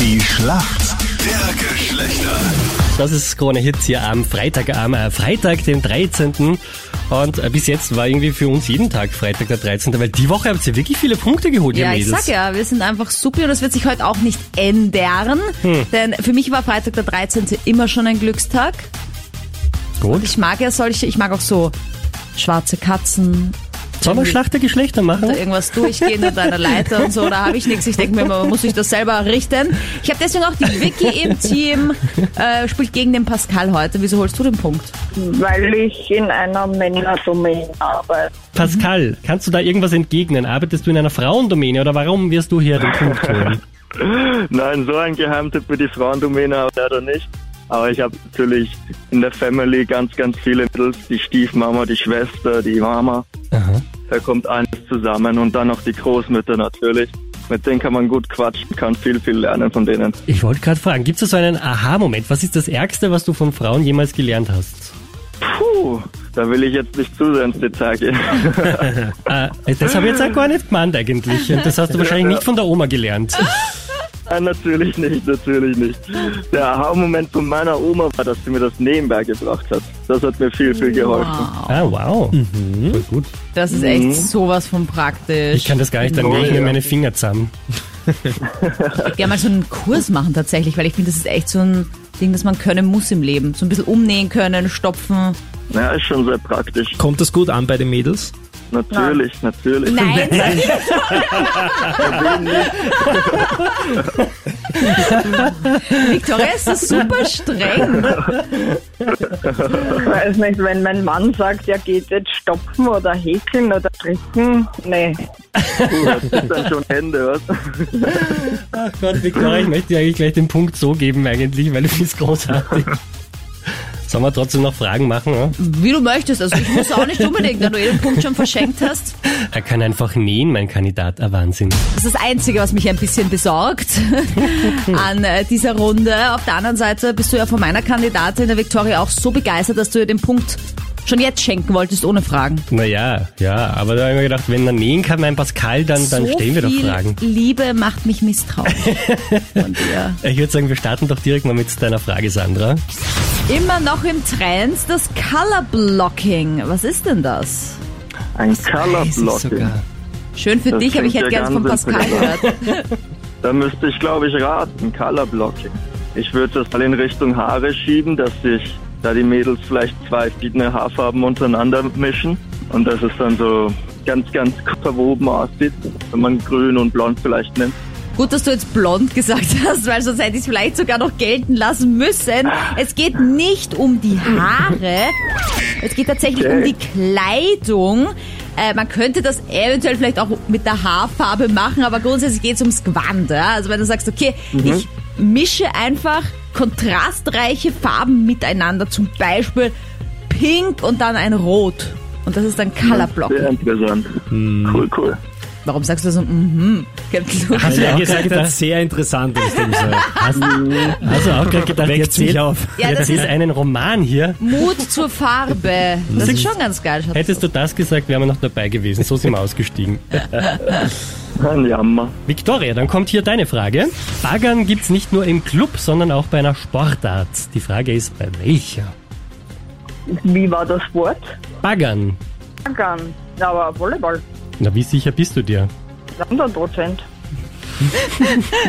Die Schlacht der Geschlechter. Das ist Krone Hits hier am Freitag, am äh, Freitag, dem 13. Und äh, bis jetzt war irgendwie für uns jeden Tag Freitag der 13., weil die Woche habt ihr wirklich viele Punkte geholt, Ja, ihr ich Mädels. sag ja, wir sind einfach super und das wird sich heute auch nicht ändern. Hm. Denn für mich war Freitag der 13. immer schon ein Glückstag. Gut. Ich mag ja solche, ich mag auch so schwarze Katzen, Sollen wir Schlacht der Geschlechter da machen? irgendwas durchgehen mit einer Leiter und so, da habe ich nichts. Ich denke mir immer, muss ich das selber richten? Ich habe deswegen auch die Vicky im Team, äh, spielt gegen den Pascal heute. Wieso holst du den Punkt? weil ich in einer Männerdomäne arbeite. Pascal, kannst du da irgendwas entgegnen? Arbeitest du in einer Frauendomäne oder warum wirst du hier den Punkt holen? Nein, so ein Geheimtipp für die Frauendomäne habe ich leider nicht. Aber ich habe natürlich in der Family ganz, ganz viele Mädels. Die Stiefmama, die Schwester, die Mama. Da kommt eines zusammen. Und dann noch die Großmütter natürlich. Mit denen kann man gut quatschen, kann viel, viel lernen von denen. Ich wollte gerade fragen, gibt es so einen Aha-Moment? Was ist das Ärgste, was du von Frauen jemals gelernt hast? Puh, da will ich jetzt nicht zu sehr ins Detail gehen. Äh, Das habe ich jetzt auch gar nicht gemeint eigentlich. Und das hast du wahrscheinlich nicht von der Oma gelernt. Nein, natürlich nicht, natürlich nicht. Der Aha-Moment von meiner Oma war, dass sie mir das nebenbei gebracht hat. Das hat mir viel, viel geholfen. Ah, wow. Voll gut. Das ist echt sowas von praktisch. Mhm. Ich kann das gar nicht, dann lege ich mir meine Finger zusammen. Ja, mal so einen Kurs machen tatsächlich, weil ich finde, das ist echt so ein Ding, das man können muss im Leben. So ein bisschen umnähen können, stopfen. Ja, ist schon sehr praktisch. Kommt das gut an bei den Mädels? Natürlich, natürlich. Nein, Victoria ist das super streng. Ich weiß nicht, wenn mein Mann sagt, er geht jetzt stopfen oder häkeln oder stricken, nee. Das ist dann schon Ende, was? Ach Gott, Victoria, ich möchte dir eigentlich gleich den Punkt so geben eigentlich, weil du bist großartig. Sollen wir trotzdem noch Fragen machen? Ne? Wie du möchtest. Also ich muss auch nicht unbedingt, da du jeden Punkt schon verschenkt hast. Er kann einfach nähen, mein Kandidat. Ah, Wahnsinn. Das ist das Einzige, was mich ein bisschen besorgt an äh, dieser Runde. Auf der anderen Seite bist du ja von meiner Kandidatin, der Victoria, auch so begeistert, dass du ihr den Punkt schon jetzt schenken wolltest, ohne Fragen. Naja, ja, aber da habe ich mir gedacht, wenn er nähen kann, mein Pascal, dann, dann so stellen wir doch viel Fragen. Liebe macht mich misstrauisch von dir. Ich würde sagen, wir starten doch direkt mal mit deiner Frage, Sandra. Immer noch im Trend das Color Blocking. Was ist denn das? Ein Colorblocking. Schön für Das dich, aber ich hätte klingt ja gerne von ganz Pascal interessant. gehört. Da müsste ich, glaube ich, raten. Colorblocking. Ich würde das mal in Richtung Haare schieben, dass sich da die Mädels vielleicht zwei verschiedene Haarfarben untereinander mischen und dass es dann so ganz, ganz verwoben aussieht, wenn man grün und blond vielleicht nimmt. Gut, dass du jetzt blond gesagt hast, weil sonst hätte ich es vielleicht sogar noch gelten lassen müssen. Es geht nicht um die Haare. Es geht tatsächlich um die Kleidung. Äh, man könnte das eventuell vielleicht auch mit der Haarfarbe machen, aber grundsätzlich geht es ums Gewand. Ja? Also wenn du sagst, okay, ich mische einfach kontrastreiche Farben miteinander, zum Beispiel Pink und dann ein Rot. Und das ist dann Colorblock. Sehr interessant. Hm. Cool, cool. Warum sagst du so, mhm, mm Hast du ja auch gesagt, gedacht, dass- sehr interessant ist dem Hast, hast du auch gerade gedacht, Weckt jetzt mich zählt- auf. Ja, jetzt das ist ist- einen Roman hier. Mut zur Farbe. Das ist schon ganz geil. Schatz. Hättest du das gesagt, wären wir noch dabei gewesen. So sind wir ausgestiegen. Ein Jammer. Victoria, dann kommt hier deine Frage. Baggern gibt's nicht nur im Club, sondern auch bei einer Sportart. Die Frage ist, bei welcher? Wie war das Wort? Baggern. Baggern. Aber Volleyball, Na, wie sicher bist du dir? 100 Prozent.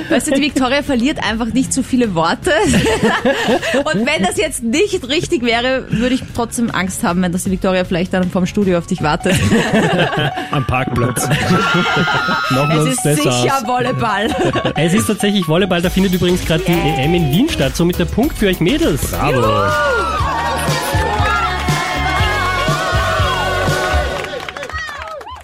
Weißt du, die Victoria verliert einfach nicht so viele Worte. Und wenn das jetzt nicht richtig wäre, würde ich trotzdem Angst haben, wenn das die Victoria vielleicht dann vom Studio auf dich wartet. am Parkplatz. Machen wir Es uns ist das sicher Volleyball. aus. Es ist tatsächlich Volleyball, da findet übrigens gerade die EM in Wien statt. Somit der Punkt für euch Mädels. Bravo.